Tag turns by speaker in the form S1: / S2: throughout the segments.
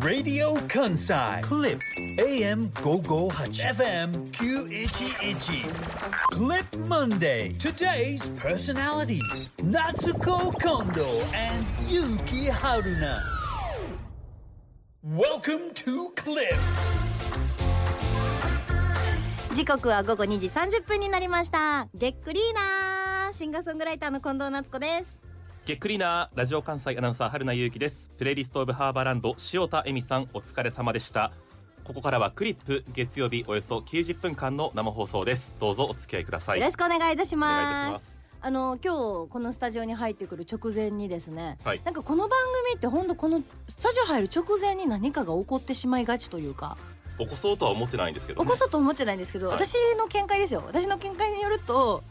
S1: Radio Kansai Clip AM 558 FM 911 Clip Monday Today's personalities Natsuko Kondo and Yuki Haruna Welcome to Clip
S2: 時刻は午後2時30分になりましたげっくりーなーシンガーソングライターの近藤夏子です
S3: げっくりなラジオ関西アナウンサー春名ゆうきですプレイリストオブハーバーランド塩田恵美さんお疲れ様でしたここからはクリップ月曜日およそ90分間の生放送ですどうぞお付き合いください
S2: よろしくお願いいたし
S3: お願いい
S2: ま
S3: たしますす
S2: あの今日このスタジオに入ってくる直前にですね、
S3: はい
S2: なんかこの番組って本当このスタジオ入る直前に何かが起こってしまいがちというか
S3: 起こそうとは思ってないんですけど
S2: 起
S3: ね、
S2: こそうと思ってないんですけど、
S3: はい
S2: 私の見解ですよ私の見解によると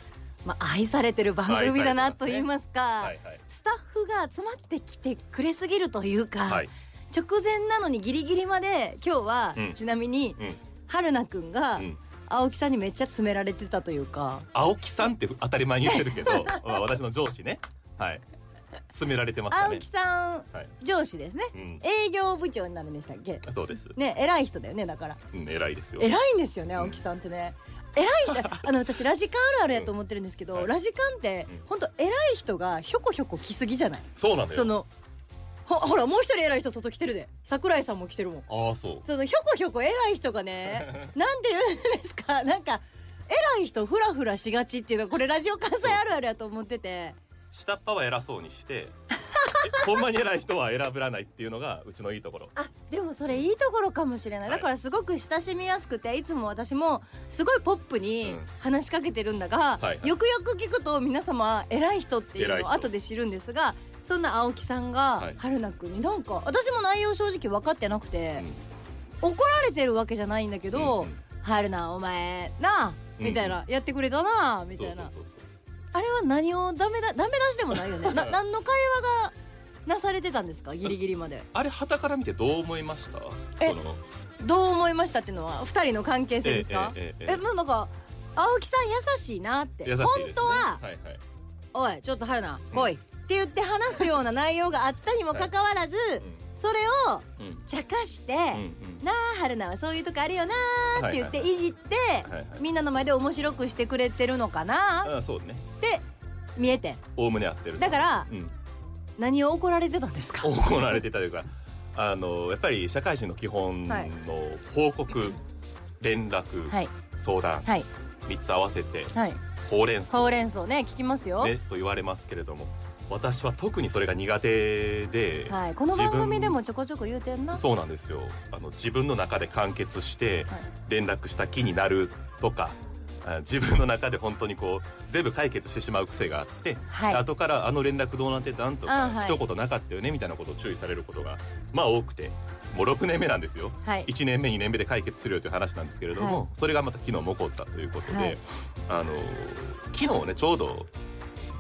S2: まあ愛されてる番組だなと言いますか
S3: はいはい
S2: スタッフが集まってきてくれすぎるというか、
S3: はい
S2: 直前なのにギリギリまで今日は、
S3: うん
S2: ちなみに、
S3: うん
S2: 春菜くんが、
S3: うん
S2: 青木さんにめっちゃ詰められてたというか
S3: 青木さんって当たり前に言ってる けどまあ私の上司ねはい詰められてました
S2: 青
S3: ね
S2: 木さん
S3: はい
S2: 上司ですね
S3: うん
S2: 営業部長になるんでしたっけ
S3: そうです、
S2: ね偉い人だよねだから
S3: うん、偉いですよ
S2: 偉いんですよね青木さんってね偉い人 あの私ラジカンあるあるやと思ってるんですけど、
S3: うんはい
S2: ラジカンって
S3: うん
S2: 本当偉い人がひょこひょこ来すぎじゃない
S3: そうなんだ
S2: そ
S3: よ
S2: のほほらもう一人偉い人外来てるで桜井さんも来てるもん
S3: ああそう
S2: そのひょこひょこ偉い人がね なんて言うんですかなんか偉い人フラフラしがちっていうのこれラジオ関西あるあるやと思ってて
S3: 下っ端は偉そうにして えほんまに偉い人は選ぶらないっていうのがうちのいいところ
S2: あでもそれいいところかもしれない、
S3: はい
S2: だからすごく親しみやすくていつも私もすごいポップに
S3: うん
S2: 話しかけてるんだが、
S3: いはい
S2: よくよく聞くと皆様偉い人っていう
S3: 偉い
S2: のを
S3: 人
S2: 後で知るんですがそんな青木さん
S3: は
S2: が
S3: い
S2: 春菜くんになんか私も内容正直分かってなくて。
S3: うん
S2: 怒られてるわけじゃないんだけど「
S3: うんうん
S2: 春菜お前なあ」
S3: うん
S2: みたいな、やってくれたなあみたいな
S3: そうそうそうそう
S2: あれは何をダメだダメ出しでもないよ ねな何の会話がなされてたんですかギリギリまで
S3: あれ旗から見てどう思いました
S2: え
S3: その
S2: どう思いましたっていうのは2人の関係性ですかえ
S3: えええええ
S2: もうなんか青木さん優しいなって
S3: 優しいです、ね、
S2: 本当は、
S3: いはい
S2: おいちょっと春菜来い」って言って話すような内容があったにもかかわらず、それを
S3: うんうん
S2: 茶化して、
S3: うんうん
S2: なあ春菜はそういうとこあるよなあって言って
S3: はいはい
S2: い
S3: はい
S2: じって、
S3: はいはい
S2: みんなの前で面白くしてくれてるのかなっ
S3: あそうね
S2: て見えてん
S3: おおむね合ってる
S2: だから
S3: うん、
S2: 何を怒られてたんですか
S3: 行われてたというかあのやっぱり社会人の基本の
S2: はい
S3: 報告、連絡、
S2: はい
S3: 相談
S2: はい
S3: 3つ合わせて
S2: はい
S3: ほうれん草
S2: ほうれん草ね聞きますよ、
S3: ねと言われますけれども私は特にそれが苦手で、
S2: はいこの番組でもちょこちょこ言うてんな
S3: そうなんですよあの自分の中で完結して
S2: はい
S3: 連絡した気になるとか、あ自分の中で本当にこう全部解決してしまう癖があって、
S2: はい
S3: 後から「あの連絡どうなってたん?」とか、
S2: あはい
S3: 一言なかったよね」みたいなことを注意されることがまあ多くてもう6年目なんですよ。
S2: はい
S3: 1年目2年目で解決するよという話なんですけれども、
S2: はい
S3: それがまた昨日も起こったということで、
S2: はい
S3: あの昨日ねちょうど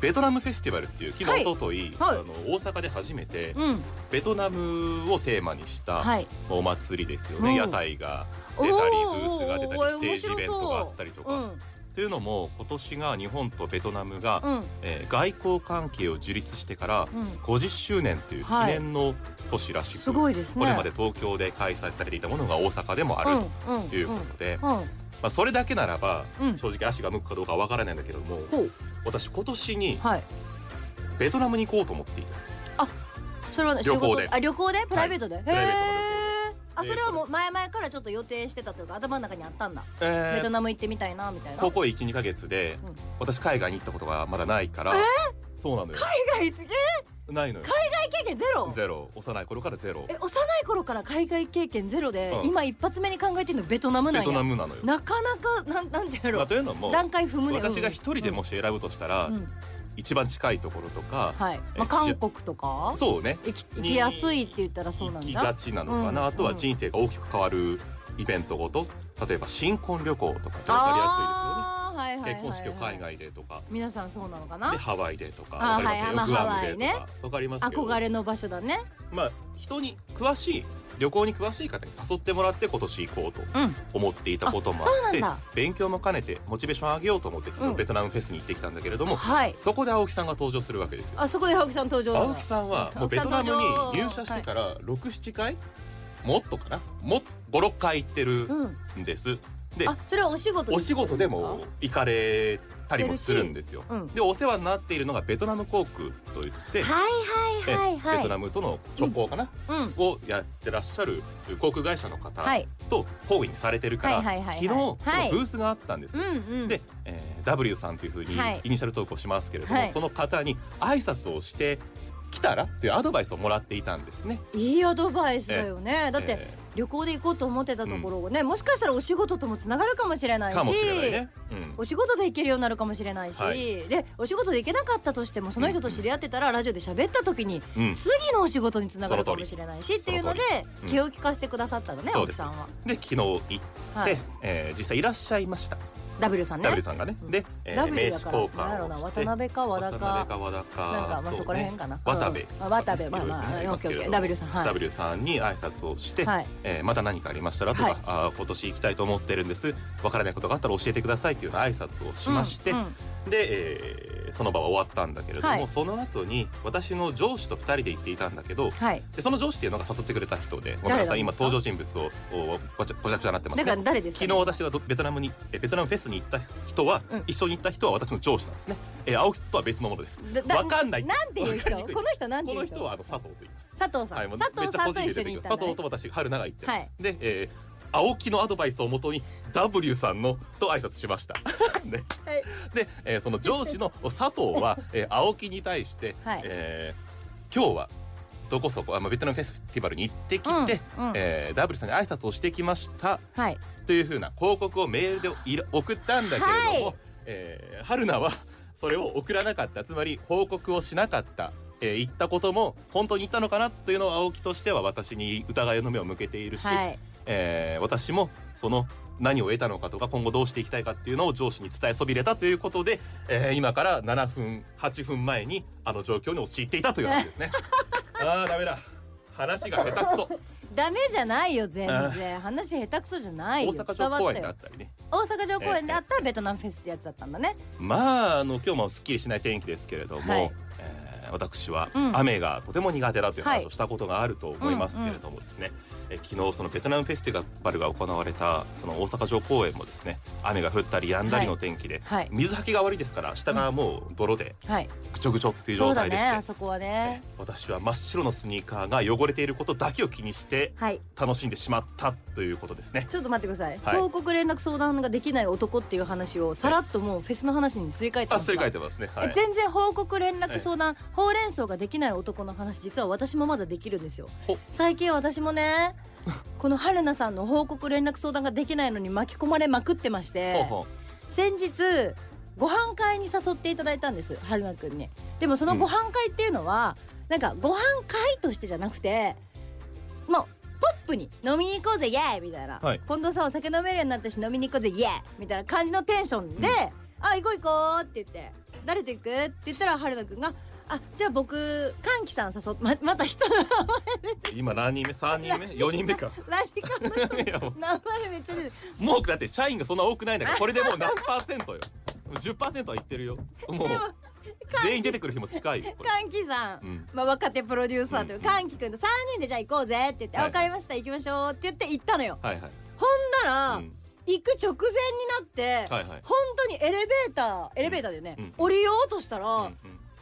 S3: ベトナムフェスティバルっていう昨日、
S2: はい
S3: 一昨日、
S2: はい
S3: あの大阪で初めて
S2: うん
S3: ベトナムをテーマにした
S2: はい
S3: お祭りですよね、
S2: うん
S3: 屋台が
S2: お
S3: 出たり
S2: ー
S3: ブースが出たり
S2: おー
S3: ステージイベントがあったりと
S2: う
S3: か、
S2: ん
S3: っ、ていうのも今年が日本とベトナムが、
S2: うん、
S3: えー外交関係を樹立してから
S2: うん、
S3: 50周年という記
S2: はい
S3: 念の年らし
S2: す
S3: く、
S2: ごいですね。
S3: これまで東京で開催されていたものが大阪でもある
S2: うん、
S3: ということで、
S2: うん、うん、
S3: まあ、それだけならば、
S2: うん
S3: 正直足が向くかどうかわからないんだけども
S2: ほう、
S3: 私今年に
S2: はい、
S3: ベトナムに行こうと思っていた
S2: それはね
S3: 旅行
S2: 仕事
S3: で
S2: あ、旅行で、プライベートで。へ
S3: プライベートの
S2: え。あ、
S3: で
S2: それはもう前々からちょっと予定してたというか、頭の中にあったんだ。
S3: え
S2: ベ
S3: ー
S2: トナム行ってみたいなみたいな。
S3: 高校12ヶ月で、
S2: うん
S3: 私海外に行ったことがまだないから、そうなのよ
S2: 海外すげえ
S3: ないのよ
S2: 経験ゼロ。
S3: ゼロ幼い頃からゼロ
S2: え、幼い頃から海外経験ゼロで、
S3: うん
S2: 今一発目に考えてるのベトナムなん
S3: ベトナ
S2: や。
S3: ムなのよ、
S2: なかなかなんなんてや
S3: ま
S2: ろ
S3: あ、というのも
S2: 段階踏むね。
S3: 私が一人でもし選ぶとしたら、
S2: うん、うん
S3: 一番近いところとか、
S2: はい。まあ
S3: え
S2: 韓国とか
S3: そうね
S2: 行き行きやすいって言ったらそうな
S3: 行
S2: ん
S3: きが
S2: だ。
S3: ちなのかな、
S2: うん
S3: あとは人生が大きく変わるイベントごと例えば新婚旅行とかって分
S2: あーはいはい
S3: かりやすいですよね、
S2: はいはい。
S3: 結婚式を海外でとか
S2: 皆さんそうなのか
S3: で
S2: な。
S3: ハワイでとか
S2: あ
S3: 分かりますよ、
S2: はいはい
S3: グアムでとか分かりますけど
S2: 憧れの場所だね。
S3: まあ人に詳しい旅行に詳しい方に誘ってもらって今年行こうと
S2: うん。
S3: 思っていたこともあ
S2: あそ
S3: っ
S2: う
S3: て
S2: なんだ
S3: 勉強も兼ねてモチベーション上げようと思って昨
S2: うん
S3: 日ベトナムフェスに行ってきたんだけれども、
S2: はい。
S3: そこで青木さんが登場するわけですよ。
S2: あそこで青木さん登場だな。
S3: 青木さんはもうベトナムに入社してから67回もっとかなも56回行ってる
S2: うん
S3: んです、で
S2: あそれはお仕事
S3: お仕事でも行かれたりもするんですよ、
S2: うん
S3: でお世話になっているのがベトナム航空といって、
S2: はい
S3: え
S2: はいはい
S3: ベ
S2: は
S3: トナムとの直行かな、
S2: いうん
S3: をやってらっしゃる航空会社の方
S2: はい
S3: と講義にされてるから、
S2: はいはいはいはい
S3: 昨日その
S2: はい
S3: ブースがあったんです
S2: う
S3: よ、
S2: んうん
S3: で、えー W さんというふうに
S2: はい
S3: イニシャルトークをしますけれども、
S2: はい
S3: その方に挨拶をしてきたらというアドバイスをもらっていたんですね。
S2: いいアドバイスだよねだって、
S3: え
S2: 旅行で行こうと思ってたところをね、もしかしたらお仕事ともつながるかもしれな
S3: ー
S2: いし
S3: かもしれないね。うん
S2: お仕事で行けるようになるかもしれないし、
S3: はい
S2: でお仕事で行けなかったとしてもその人と知り合ってたら、ラジオで喋った時に
S3: うん、
S2: 次のお仕事につながる
S3: そ
S2: かも
S3: の通り
S2: しれないしっていうので
S3: うん
S2: 気を利かせてくださったのね
S3: そう
S2: 奥
S3: です
S2: さんは。
S3: で昨日行って、
S2: はい、
S3: えー実際いらっしゃいました、
S2: W さんね
S3: W さんがね。
S2: うん
S3: で、えー
S2: W
S3: 名
S2: だ
S3: 刺
S2: か
S3: 交
S2: らなんだろうな
S3: 換をして
S2: 渡辺か和田
S3: 渡辺
S2: か
S3: か和田
S2: な
S3: か
S2: んかまあそこら辺かな
S3: そうね渡部、
S2: うんまあ渡部まあまあ
S3: いろいろいますけれども
S2: OK W さんはい
S3: W さんに挨拶をして、
S2: はい
S3: えーまた何かありましたらとか、
S2: はい
S3: あー今年行きたいと思ってるんですわからないことがあったら教えてくださいというような挨拶をしまして、
S2: うんうん
S3: で、えーその場は終わったんだけれども、
S2: はい
S3: その後に私の上司と2人で行っていたんだけど
S2: はい
S3: でその上司っていうのが誘ってくれた人でごめんなさい
S2: 誰なん
S3: 今
S2: ですか
S3: 登場人物をおごちゃごちゃごちゃになってます
S2: だ
S3: け
S2: か
S3: ど
S2: ら誰ですか
S3: 昨日私がどベトナムにえベトナムフェスに行った人は、
S2: うん
S3: 一緒に行った人は私の上司なんですね、えー青木とは別のものです
S2: だだ
S3: わかんない
S2: なんていう人
S3: わかりにくい
S2: この人なんて
S3: こ
S2: いう
S3: の人はあの佐藤と言います
S2: 佐藤さん、
S3: はい、もう
S2: 佐藤さんと
S3: めっち
S2: 一
S3: ゃ
S2: 緒に
S3: ポジティ
S2: 行
S3: ブ
S2: っ
S3: で
S2: たんだ、
S3: 佐藤
S2: ね
S3: と、私春永行ってます、
S2: はい
S3: で、えー、青木のアドバイスをもとに W さんのと挨拶しました ね
S2: はい
S3: で、えーその上司の佐藤 は、えー、青木に対して、
S2: はい
S3: えー今日はどこそこあ、まあ、ベトナムフェスティバルに行ってきて、
S2: うんうん
S3: えー W さんに挨拶をしてきました
S2: はい
S3: というふうな広告をメールでいら送ったんだけれども、
S2: はい
S3: えー春菜はそれを送らなかったつまり報告をしなかった、えー言ったことも本当に言ったのかなというのを青木としては私に疑いの目を向けているし、
S2: はい
S3: えー私もその何を得たのかとか今後どうしていきたいかっていうのを上司に伝えそびれたということで、えー今から7分8分前にあの状況に陥っていたという話で すね。あーダメだ話が下手くそ
S2: ダメじゃないよ全然話下手くそじゃない
S3: 大
S2: よ
S3: 阪
S2: 伝
S3: 城
S2: わった
S3: 公園だ
S2: よ
S3: ったりね
S2: 大阪城公園であったベトナムフェスってやつだったんだね
S3: まああの今日もすっきりしない天気ですけれども、
S2: はい
S3: えー私は
S2: うん
S3: 雨がとても苦手だという
S2: は
S3: 話
S2: い
S3: をしたことがあると思いますけれどもですね、えー昨日そのベトナムフェスティバルが行われたその大阪城公園もですね雨が降ったり止んだりの天気で、
S2: はい
S3: 水はけが悪いですから下がもう泥で
S2: はい
S3: ぐちょぐちょっていう
S2: そう
S3: 状
S2: だ
S3: 態で
S2: ね
S3: して、
S2: あそこはね
S3: 私は真っ白のスニーカーが汚れていることだけを気にして
S2: はい
S3: 楽しんでしまったということですね。
S2: ちょっと待ってください、
S3: はい
S2: 報告連絡相談ができない男っていう話をさらっともうフェスの話にすり替えて
S3: あ、
S2: ます
S3: すり替えてますね。はい。
S2: 全然報告連絡相談、ほうれん草ができない男の話実は私もまだできるんですよ
S3: ほ
S2: 最近私も ねこの春菜さんの報告連絡相談ができないのに巻き込まれまくってまして
S3: ほうほ
S2: 先日ご飯会に誘っていただいたんです春菜くんにでもそのご飯会っていうのは、なんかご飯会としてじゃなくてもうポップに飲みに行こうぜイエーイみたいな、
S3: はい
S2: 近藤さんお酒飲めるようになったし飲みに行こうぜイエーイみたいな感じのテンションで
S3: うん
S2: 「あ行こう行こう」って言って「誰と行く?」って言ったら春菜くんが「あじゃあ僕歓喜さん誘っままた人の
S3: う今何人目？三人目？四人 目か。
S2: ラジカンの人
S3: いやもう
S2: 名前めっちゃ出てる
S3: もうだって社員がそんな多くないんだからこれでもう何パーセントよ10%はいってるよもう
S2: でも
S3: 全員出てくる日も近いよこれ
S2: 歓喜さん、
S3: うん
S2: まあ、若手プロデューサーという
S3: うんうん
S2: 歓喜くんと3人でじゃあ行こうぜって言って「
S3: は
S2: あ
S3: い
S2: 分かりました行きましょう」って言って行ったのよ。
S3: はいはい、
S2: ほんなら、
S3: うん
S2: 行く直前になって、
S3: はいはい
S2: 本当にエレベーターエレベーターだよね、
S3: うん
S2: 降りようとしたら、
S3: うん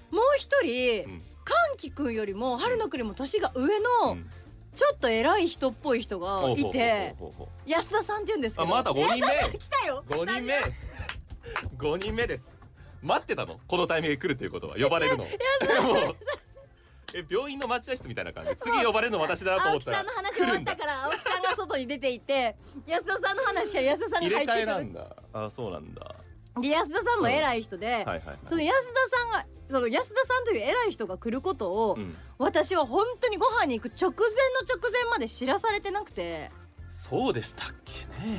S2: もう一人、
S3: うん
S2: 歓喜くんよりも春の国も年が上
S3: う
S2: の、
S3: んうん
S2: ちょっと偉い人っぽい人が
S3: ほうほうほうほう
S2: いて安田さんって言うんですけど
S3: あまだ五人目
S2: 安田さん来たよ
S3: 5
S2: ス
S3: 人
S2: タジオ安
S3: 目5人目です待ってたのこのタイミングで来るということは呼ばれるのもうえ病院の待合室みたいな感じ次呼ばれるの私だなと思
S2: 青
S3: っ
S2: 木
S3: た
S2: さ
S3: ら
S2: んの話終わ
S3: 来る
S2: っ
S3: ん
S2: た
S3: だ
S2: から青木さんが外に出ていて安田さんの話から安田さん
S3: 入
S2: が入っ
S3: れ
S2: て
S3: 替え
S2: く
S3: な
S2: る
S3: んだあそうなんだ
S2: で安田さんも偉い人で、
S3: はいはいはい
S2: その安田さんがその安田さんという偉い人が来ることを、
S3: うん
S2: 私は本当にご飯に行く直前の直前まで知らされてなくて
S3: そうでしたっけね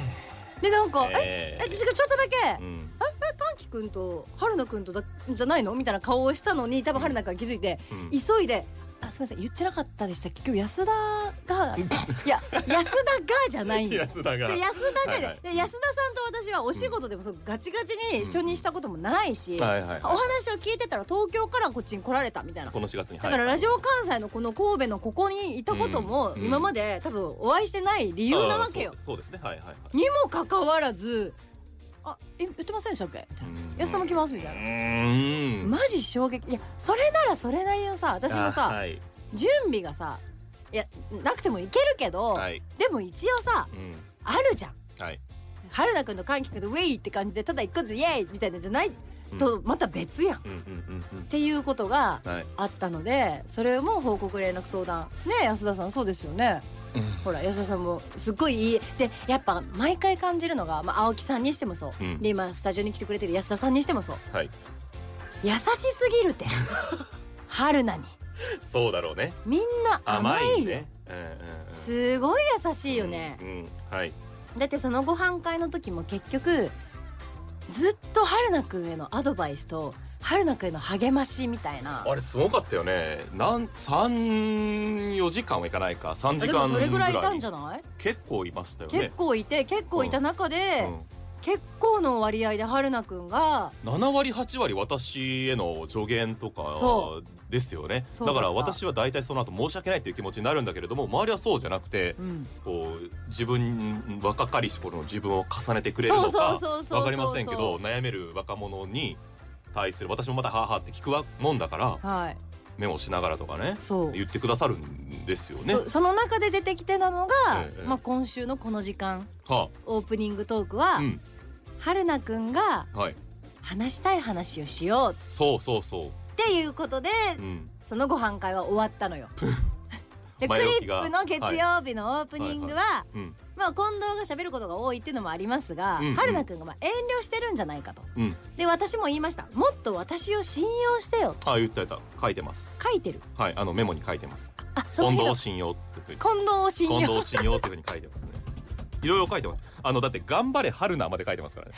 S2: でなんか、え
S3: え
S2: え私がちょっとだけ「
S3: う
S2: え
S3: ん
S2: え短期くんと春菜くんとだじゃないの?」みたいな顔をしたのに多分春菜くんが気づいて、
S3: うん
S2: 急いで「あすみません言ってなかったでしたっけ今日安田 がいや安田がじゃないんです
S3: 安田が
S2: で安田が
S3: はい
S2: ね、
S3: はい
S2: で安田さんと私はお仕事でもそうガチガチに一緒にしたこともないし、
S3: はいはい
S2: お
S3: は。
S2: 話を聞いてたら東京からこっちに来られたみたいない
S3: この4月に
S2: だからラジオ関西のこの神戸のここにいたことも
S3: うん
S2: 今まで多分お会いしてない理由なわけよ
S3: あー。そうそうですねはいはいはい
S2: にもかかわらず「あえ言ってませんでしたっけ?」みたいな「安田も来ます」みた
S3: う
S2: いな。
S3: ーん
S2: マジ衝撃いやそれならそれなりのさ私も
S3: あ
S2: さ、
S3: はい
S2: 準備がさいやなくてもいけるけど、
S3: はい
S2: でも一応さ
S3: うん
S2: あるじゃん
S3: はい
S2: 春菜くんと歓喜くんのウェイって感じでただ一個ずつイエーイみたいなのじゃないとまた別やん、っ
S3: うんうんうん
S2: ていうことが
S3: うんはい
S2: あったのでそれも報告連絡相談ねえ安田さんそうですよねほら安田さんもすっごいいいでやっぱ毎回感じるのが、まあ、青木さんにしてもそう、
S3: うん
S2: で今スタジオに来てくれてる安田さんにしてもそう
S3: はい
S2: 優しすぎ るって春菜に
S3: そうだろうね
S2: みんな甘
S3: 甘
S2: い
S3: い
S2: よ
S3: ねうんうんうん
S2: すごい優しいよね、
S3: うんうんはい
S2: だってそのご飯会の時も結局ずっと春菜くんへのアドバイスと春菜くんへの励ましみたいな
S3: あれすごかったよねなん34時間はいかないか3時
S2: でも
S3: 間
S2: そ
S3: ぐ
S2: れぐ
S3: ら
S2: ら
S3: い
S2: いいたんじゃない、
S3: 結構いましたよね
S2: 結構いて結構いた中で、
S3: うん
S2: 結構の割合で春菜くんが
S3: 7割8割私への助言と
S2: そ
S3: かですよね
S2: そう
S3: だから
S2: だった
S3: 私は大体その後申し訳ないという気持ちになるんだけれども周りはそうじゃなくて
S2: うん
S3: こう自分若かりし頃の自分を重ねてくれるの
S2: そう
S3: か
S2: そうそうそうそう
S3: わかりませんけど悩める若者に対する私もまたはあはあって聞くわもんだから
S2: はい
S3: メモしながらとかね
S2: そう
S3: 言ってくださるんですよね。
S2: そその中で出てきてたのが、
S3: ええええ
S2: まあ、今週のこの時間
S3: は
S2: オープニングトークは、
S3: あ、うん
S2: 春菜くんが
S3: はい
S2: 話したい話をしよう
S3: そうそうそ
S2: っていうことで、
S3: う、うん、
S2: そのご飯会は終わったのよ。 でク
S3: 前
S2: リ
S3: 置きが
S2: ップの月曜日のオープニングは、
S3: うん
S2: まあ、近藤が喋ることが多いっていうのもありますが、
S3: うんうん
S2: 春菜くんがまあ遠慮してるんじゃないかと。
S3: うん
S2: で私も言いましたもっと私を信用してよ
S3: あ言った言った書いてます
S2: 書いてる
S3: はいあのメモに書いてます
S2: あその日
S3: 近藤
S2: の
S3: 信用っていうふうに
S2: 近藤を信
S3: 近
S2: 用
S3: 藤信用っていうふうに書いてますねいろいろ書いてますあのだって頑張れ春菜まで書いてま すからね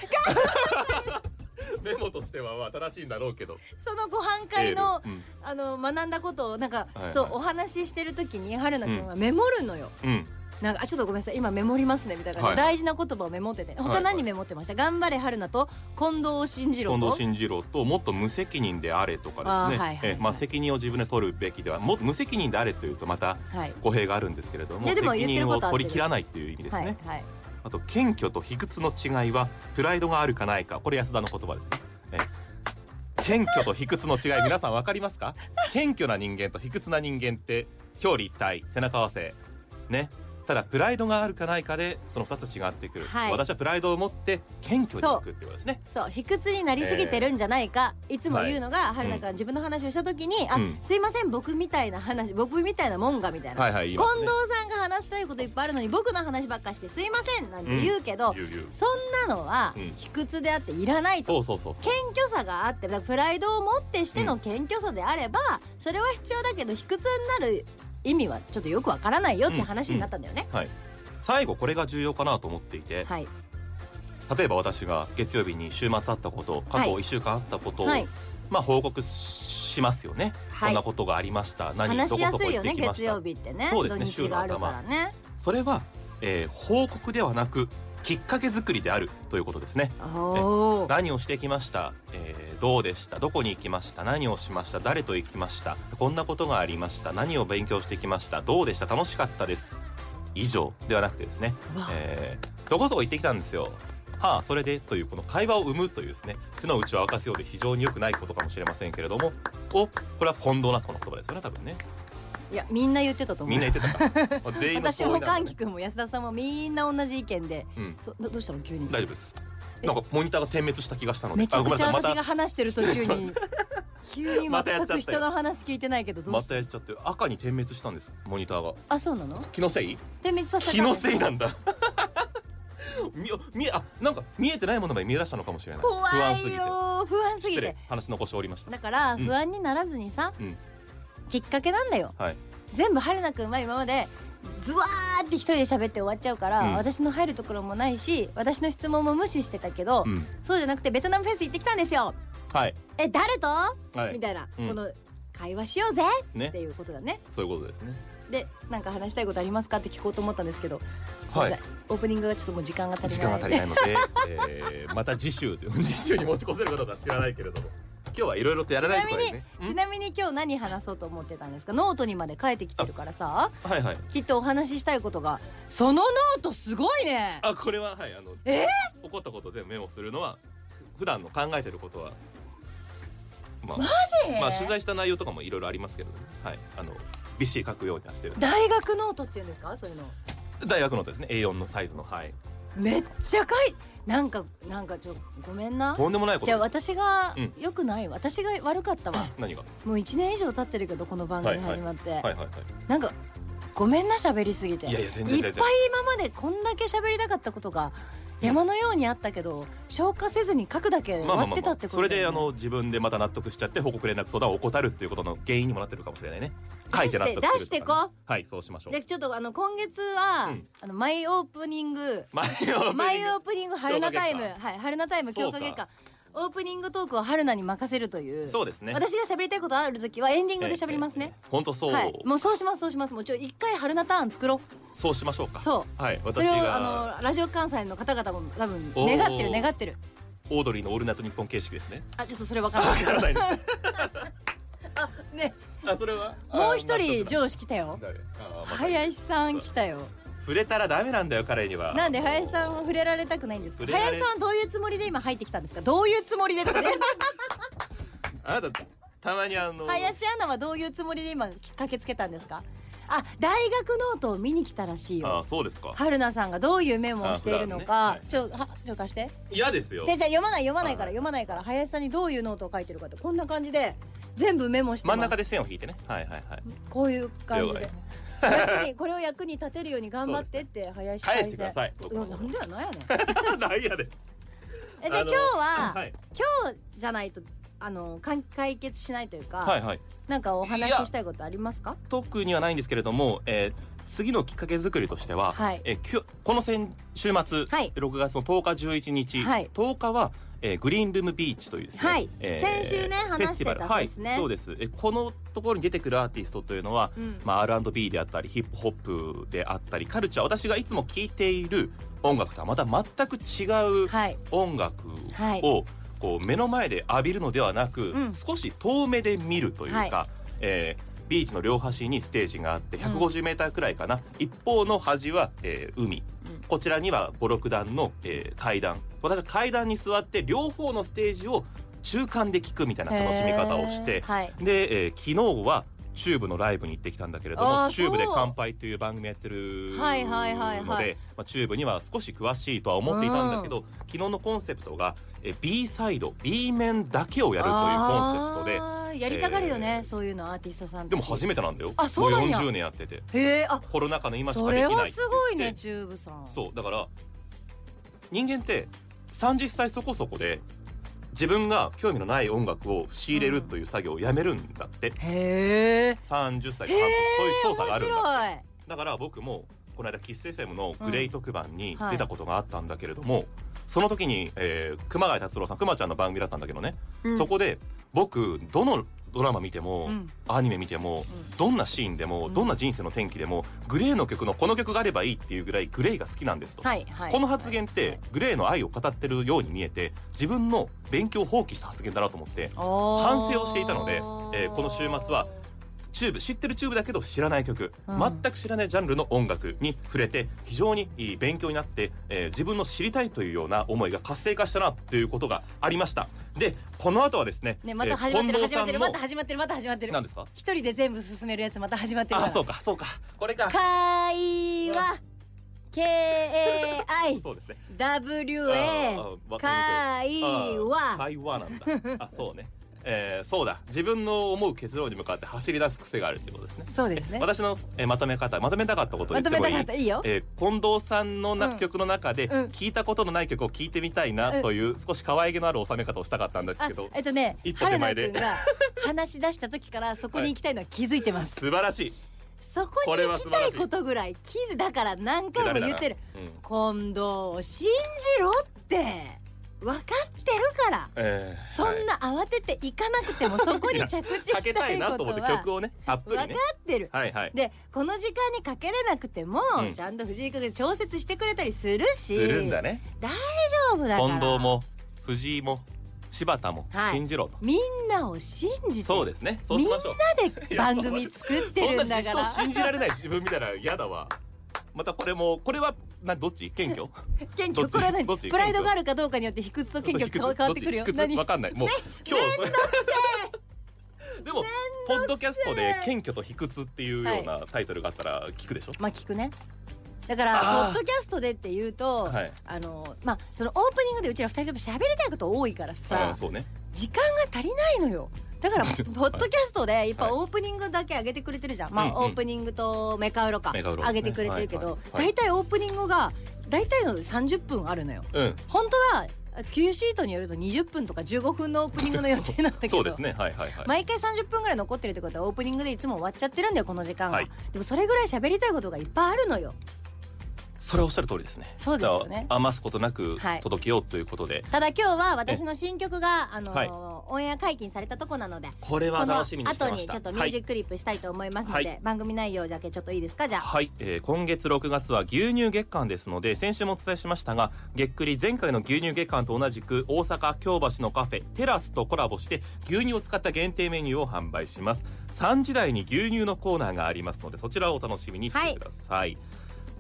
S3: メモとしてはまあ正しいんだろうけど
S2: そのご飯会の
S3: エールうん
S2: あの学んだことをなんか、
S3: はいはい
S2: そうお話ししてる時に春菜くんはメモるのよ、
S3: うん
S2: なんかあちょっとごめんなさい今メモりますねみたいな感じで、
S3: は
S2: 大事な言葉をメモってて
S3: はいは
S2: 他
S3: い
S2: 何メモってました、頑張れ春菜と近藤を信じろ
S3: 近
S2: と
S3: 藤信次郎ともっと無責任であれとかですね
S2: あーはいはいはい
S3: えまあ責任を自分で取るべきではもっと無責任であれというとまた
S2: はい
S3: 語弊があるんですけれども
S2: いやでも
S3: 責
S2: 言ってる
S3: 任
S2: こ
S3: を
S2: とは
S3: 取り切らないという意味です
S2: は
S3: ね、
S2: いはい
S3: あと謙虚と卑屈の違いはプライドがあるかないかこれ安田の言葉ですねええ謙虚と卑屈の違い皆さんわかりますか謙虚な人間と卑屈な人間って表裏一体背中合わせねただプライドがあるかないかでその2つ違ってくる、
S2: はい
S3: 私はプライドを持って謙虚にいくってことですね
S2: そう卑屈になりすぎてるんじゃないか、いつも言うのが、春菜くんが自分の話をした時に、あ
S3: うん
S2: すいません僕みたいな話僕みたいなもんがみたいな、
S3: はいはい言い
S2: 近
S3: ます
S2: 藤
S3: ね
S2: さんが話したいこといっぱいあるのに僕の話ばっかしてすいませんなんて言うけど、
S3: 言う言う
S2: そんなのは
S3: うん
S2: 卑屈であっていらないと
S3: そうそうそうそう
S2: 謙虚さがあってだからプライドを持ってしての謙虚さであれば、それは必要だけど卑屈になる意味はちょっとよくわからないよって話になったんだよね。
S3: はい最後これが重要かなと思っていて、
S2: はい、
S3: 例えば私が月曜日に週末あったこと過去
S2: は
S3: 1週間あったことを、
S2: はい
S3: まあ報告しますよね、
S2: はい
S3: こんなことがありました何
S2: 話しや
S3: ど
S2: す
S3: こ
S2: い
S3: そ
S2: よ
S3: こ行
S2: ね
S3: ってきま
S2: 月
S3: した
S2: 曜日ってね
S3: そうですね
S2: 土日があるからね。
S3: それは、えー報告ではなくきっかけ作りであるということですね
S2: おー
S3: 何をしてきました、えーどうでしたどこに行きました何をしました誰と行きましたこんなことがありました何を勉強してきましたどうでした楽しかったです以上ではなくてですね
S2: うわ
S3: えーどこそこ行ってきたんですよ。はあそれでというこの会話を生むというですね手の内を明かすようで非常に良くないことかもしれませんけれどもおこれは近藤夏子の言葉ですよね多分ね
S2: いやみんな言ってたと思
S3: みん
S2: う
S3: な。言ってたからまあ全員の
S2: 私も
S3: 合意な
S2: 歓
S3: んで
S2: 喜くんも安田さんもみんな同じ意見で
S3: うん
S2: そどどうしたの急に
S3: 大丈夫です
S2: え
S3: なんかモニターが点滅した気がしたので
S2: めちゃくちゃ
S3: あごめんなさ
S2: 私
S3: い
S2: が話してる途中に急に
S3: またや
S2: 全
S3: っちゃ
S2: く
S3: ったよ
S2: 人の話聞いてないけどどう
S3: またま
S2: した
S3: やっちゃって赤に点滅したんですモニターが
S2: あそうなの
S3: 気のせい
S2: 点滅させた
S3: 気のせいなんだ みみあなんか見えてないものまで見え出したのかもしれない
S2: 怖
S3: 不安すぎ
S2: い
S3: て
S2: よ不安すぎ
S3: 失
S2: て
S3: 礼話残しおりました
S2: だから
S3: うん
S2: 不安にならずにさ、
S3: うん
S2: きっかけなんだよ
S3: はい
S2: 全部春菜くんは今までズワーって一人で喋って終わっちゃうから、
S3: うん
S2: 私の入るところもないし私の質問も無視してたけど、
S3: うん
S2: そうじゃなくてベトナムフェス行ってきたんですよ
S3: はい
S2: え誰と、
S3: はい
S2: みたいな、
S3: うん
S2: この会話しようぜって
S3: ね
S2: いうことだね
S3: そういうことですね
S2: でなんか話したいことありますかって聞こうと思ったんですけど、ごめんなさいオープニングがちょっともう時間が足りない
S3: 時間が足りないので、えーまた次週 次週に持ち越せるかどうか知らないけれども今日はいろいろとやらないといけね
S2: ちなみに今日何話そうと思ってたんですかノートにまで書いてきてるからさ
S3: うんはいはい
S2: きっとお話ししたいことがそのノートすごいね
S3: あこれははいあの
S2: え
S3: 起こったことを全部メモするのは普段の考えてることはまあ、まあ取材した内容とかもいろいろありますけど、ね、はいあのびっしり書くようにはしてる
S2: 大学ノートっていうんですかそういうの
S3: 大学のですね A4 のサイズのはい
S2: めっちゃかいなんかなんかちょごめんな
S3: とんでもないこ
S2: じゃあ
S3: とです
S2: 私が
S3: うん
S2: 良くない、私が悪かったわ
S3: 何がは
S2: もう1年以上経ってるけどこの番組始まって、
S3: いはいはい
S2: なんかごめんな喋りすぎて
S3: いやいや全然全然
S2: っぱい今までこんだけ喋りたかったことが山のようにあったけど消化せずに書くだけ終
S3: まあ
S2: わ
S3: まあま
S2: って
S3: あま
S2: た
S3: あ
S2: ってこ
S3: そ
S2: と
S3: れ
S2: だ
S3: であ
S2: よね
S3: の自分でまた納得しちゃって報告連絡相談を怠るっていうことの原因にもなってるかもしれないね書いて納得するとかね
S2: 出してこ
S3: はいそうしましょう
S2: でちょっとあの今月は、
S3: うん
S2: あのマイオープニン グ
S3: 前を
S2: マイオープニング春菜タイム
S3: 強化
S2: はい春菜タイム
S3: そ
S2: 強
S3: うか
S2: 化月間オープニングトークを春菜に任せるという
S3: そうですね
S2: 私が喋りたいことある時はエンディングで喋りますね、
S3: 本当そう、
S2: はいもうそうしますそうしますもうちょ一回春菜ターン作ろう
S3: そうしましょうか
S2: そう
S3: はい
S2: そ
S3: 私
S2: れを
S3: が
S2: あのラジオ関西の方々も多分
S3: おー
S2: 願ってる願ってる
S3: オードリーのオールナイトニッポン形式ですね
S2: あちょっとそれわからない
S3: わからないです
S2: あね
S3: あそれは
S2: もう一人
S3: 士
S2: 上司来たよ林さん来たよ
S3: 触れたらダメなんだよ彼には
S2: なんで林さんは触れられたくないんですか
S3: 触れられ
S2: 林さんはどういうつもりで今入ってきたんですかどういうつもりで とかね
S3: あなたたまにあの
S2: 林アナはどういうつもりで今駆けつけたんですかあ大学ノートを見に来たらしい
S3: あ
S2: よ
S3: そうですか
S2: 春菜さんがどういうメモをしているの
S3: あ
S2: か、
S3: 普
S2: ちょはちょ貸して
S3: 嫌ですよ
S2: じゃあじゃあ読まない読まないから
S3: はい
S2: 読まないから林さんにどういうノートを書いてるかってこんな感じで全部メモしてま
S3: 真
S2: す
S3: ん中で線を引いてねはいはいはい
S2: こういう感じ
S3: 了
S2: で
S3: 解
S2: 役にこ れを役に立てるように頑張ってって林
S3: 返
S2: 先
S3: して
S2: 生
S3: ください僕
S2: う
S3: の
S2: んなんでや なんや ねん
S3: 何やで
S2: えじゃあ
S3: あ
S2: 今
S3: の
S2: 日は、
S3: はい
S2: 今日じゃないとあのかん解決しないというか、
S3: はいはい
S2: なんかお話ししたいことありますか
S3: 特にはないんですけれども、えー次のきっかけ作りとしては、
S2: はい
S3: えーきょこの先週末、
S2: はい
S3: 6月の10日11日、
S2: はい
S3: 10日は、えーグリーンルームビーチというですね、
S2: はい
S3: え
S2: 先週ね
S3: フェ
S2: 話
S3: ス
S2: して
S3: ティバル
S2: た
S3: はい
S2: ですね
S3: そうですえーこのところに出てくるアーティストというのは、
S2: うん
S3: まあ、R&B であったりヒップホップであったりカルチャー私がいつも聴いている音楽とはまた全く違う
S2: はい
S3: 音楽を、
S2: はい
S3: こう目の前で浴びるのではなく、
S2: うん
S3: 少し遠目で見るというか、
S2: は
S3: えービーチの両端にステージがあって
S2: うん
S3: 150m くらいかな、一方の端は、えー海、
S2: うん
S3: こちらには56段の、えー階段私は階段に座って両方のステージを中間で聞くみたいな楽しみ方をし
S2: へ
S3: て、
S2: ーはい
S3: で、えー昨日はチューブのライブに行ってきたんだけれど
S2: あ
S3: も
S2: ー
S3: チューブで
S2: そう
S3: 乾杯という番組やってるので、
S2: はいはいはいはい
S3: まあ、チューブには少し詳しいとは思っていたんだけど、昨日のコンセプトがえ B サイド B 面だけをやるというコンセプト
S2: トでやりたがるよね、
S3: えー
S2: そういうのアーティストさん
S3: ででも初
S2: め
S3: めてなんだよ
S2: あそうなんや
S3: もう40年やってて
S2: へえあ
S3: コロナ禍の今し
S2: そ
S3: かでき
S2: れ
S3: ないって言
S2: はす
S3: って
S2: ごいねチューブさん
S3: そうだから人間って30歳そこそこで自分が興味のない音楽を仕入れるという作業をやめるんだって、
S2: へえへ
S3: 30歳で半年そういう調
S2: 面
S3: 査があるんだって
S2: 白い
S3: だから僕もこの間喫茶 FM のグレイ特番に
S2: うんはい
S3: 出たことがあったんだけれども、その時に、えー熊谷達郎さん熊ちゃんの番組だったんだけどね、
S2: うん
S3: そこで僕どのドラマ見ても、
S2: うん
S3: アニメ見ても、
S2: う
S3: どんなシーンでも、
S2: うん
S3: どんな人生の転機でもグレイの曲のこの曲があればいいっていうぐらいグレイが好きなんですと、
S2: はいはい
S3: この発言って、グレイの愛を語ってるように見えて自分の勉強を放棄した発言だなと思って
S2: 反
S3: 省をしていたのでえーこの週末はチューブ知ってるチューブだけど知らない曲、
S2: うん
S3: 全く知らないジャンルの音楽に触れて非常にいい勉強になって、えー自分の知りたいというような思いが活性化したなということがありましたでこの後はですね
S2: ねまた始まってる
S3: えー
S2: 始まってるま
S3: 近藤
S2: た
S3: さんの
S2: 始まってるまた始まってる
S3: 何ですか
S2: 一人で全部進めるやつまた始まってるか
S3: あ
S2: ら
S3: そうかそうかこれか
S2: 会話 KAI
S3: そうですね
S2: WA
S3: あー
S2: 会
S3: あー
S2: 話
S3: 会話なんだあそうね、えーそうだ自分の思う結論に向かって走り出す癖があるってことですね
S2: そうですね
S3: 私の、えーまとめ方まとめたかったことを言
S2: ま
S3: って
S2: と
S3: もい
S2: め
S3: い
S2: たかったいいよ
S3: えー近藤さんのな
S2: うん
S3: 曲の中で
S2: うん
S3: 聞いたことのない曲を聞いてみたいなという少し可愛げのある収め方をしたかったんです
S2: あ
S3: けど
S2: えっとね
S3: 一歩手
S2: 春菜
S3: 前
S2: くん
S3: で
S2: が話し出した時からそこに行きたいのは気づいてます
S3: 素晴らしい
S2: そこ
S3: こ
S2: に
S3: れ
S2: 行
S3: は
S2: き
S3: 素
S2: た
S3: 晴ら
S2: い
S3: しい
S2: ことぐらい気づだから何回も言ってる
S3: うん
S2: 近藤を信じろって分かってるから
S3: えー
S2: そんな慌てて行かなくてもそこに着地
S3: かけ
S2: したた
S3: い
S2: い
S3: な
S2: こと
S3: 思
S2: と
S3: って
S2: は
S3: 曲をねアップ
S2: 分か
S3: に
S2: っ
S3: ね
S2: てる。
S3: はいはい
S2: でこの時間にかけれなくても、
S3: うん
S2: ちゃんと藤井君が調節してくれたりするし
S3: するんだね
S2: 大丈夫だから
S3: 近藤も藤井も柴田も
S2: はい
S3: 信じろと、
S2: みんなを信じて
S3: そうですねそうしましょう
S2: みんなで番組作って
S3: そん
S2: る
S3: なん
S2: だ
S3: 人
S2: か
S3: を
S2: ら
S3: 信じられない自分みたいな嫌だわまたこれもこれはなどっち謙虚
S2: 謙
S3: どっ
S2: 虚
S3: ち
S2: これは何
S3: どっち
S2: プライドがあるかどうかによって卑屈と謙虚変わ変わってくるよ
S3: どっち卑屈
S2: 何
S3: わかんないもう今日 でもポッドキャストで謙虚と卑屈っていうようなタイトルがあったら聞くでしょ
S2: まあ聞くねだから
S3: あー
S2: ポッドキャストでって言うと、
S3: はい
S2: あのまあそのオープニングでうちら二人とも喋りたいこと多いから
S3: あ
S2: さ
S3: ーそうね
S2: 時間が足りないのよだからポッドキャストでいっぱい
S3: はい
S2: オープニングだけ上げてくれてるじゃん、まあ、
S3: うんうん
S2: オープニングとメカウロか
S3: メカウロです
S2: 上
S3: ね
S2: げてくれてるけど、
S3: はいはいはい
S2: 大体オープニングが大体の30分あるのよ
S3: うん
S2: 本当は Q シートによると20分とか15分のオープニングの予定なんだけど
S3: そうですねはいはいはい、
S2: 毎回30分ぐらい残ってるってことはオープニングでいつも終わっちゃってるんだよこの時間は、
S3: はい
S2: でもそれぐらい喋りたいことがいっぱいあるのよ
S3: それはおっしゃる通りですね
S2: そうですよね
S3: だから余すことなく
S2: はい
S3: 届けようということで、
S2: ただ今日は私の新曲があのー
S3: はい
S2: オンエア解禁されたとこなので
S3: これは
S2: この
S3: 楽しみにして
S2: 後
S3: ま
S2: に
S3: した
S2: ちょっとミュージ
S3: はい
S2: ックリップしたいと思いますので、
S3: はい
S2: 番組内容だけちょっといいですかじゃあ
S3: はい、えー今月6月は牛乳月間ですので先週もお伝えしましたがげっくり前回の牛乳月間と同じく大阪京橋のカフェテラスとコラボして牛乳を使った限定メニューを販売します3時台に牛乳のコーナーがありますのでそちらをお楽しみにしてください、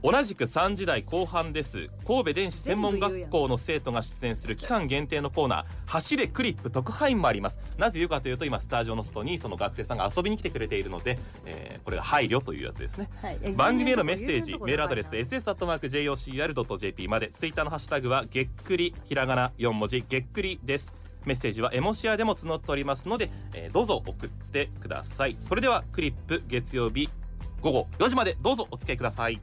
S3: 同じく3時台後半です神戸電子専門学校の生徒が出演する期間限定のコーナー「走れクリップ特派員」もありますなぜ言うかというと今スタジオの外にその学生さんが遊びに来てくれているので、えーこれが配慮というやつですね
S2: はい
S3: 番組へのメッセージ
S2: 有名なとこ
S3: メールアドレス
S2: 有名
S3: ss.jocr.jp までツイッターのハッシュタグはげっくりひらがな4文字げっくりですメッセージはエモシアでも募っておりますので、えーどうぞ送ってくださいそれではクリップ月曜日午後4時までどうぞお付き合いください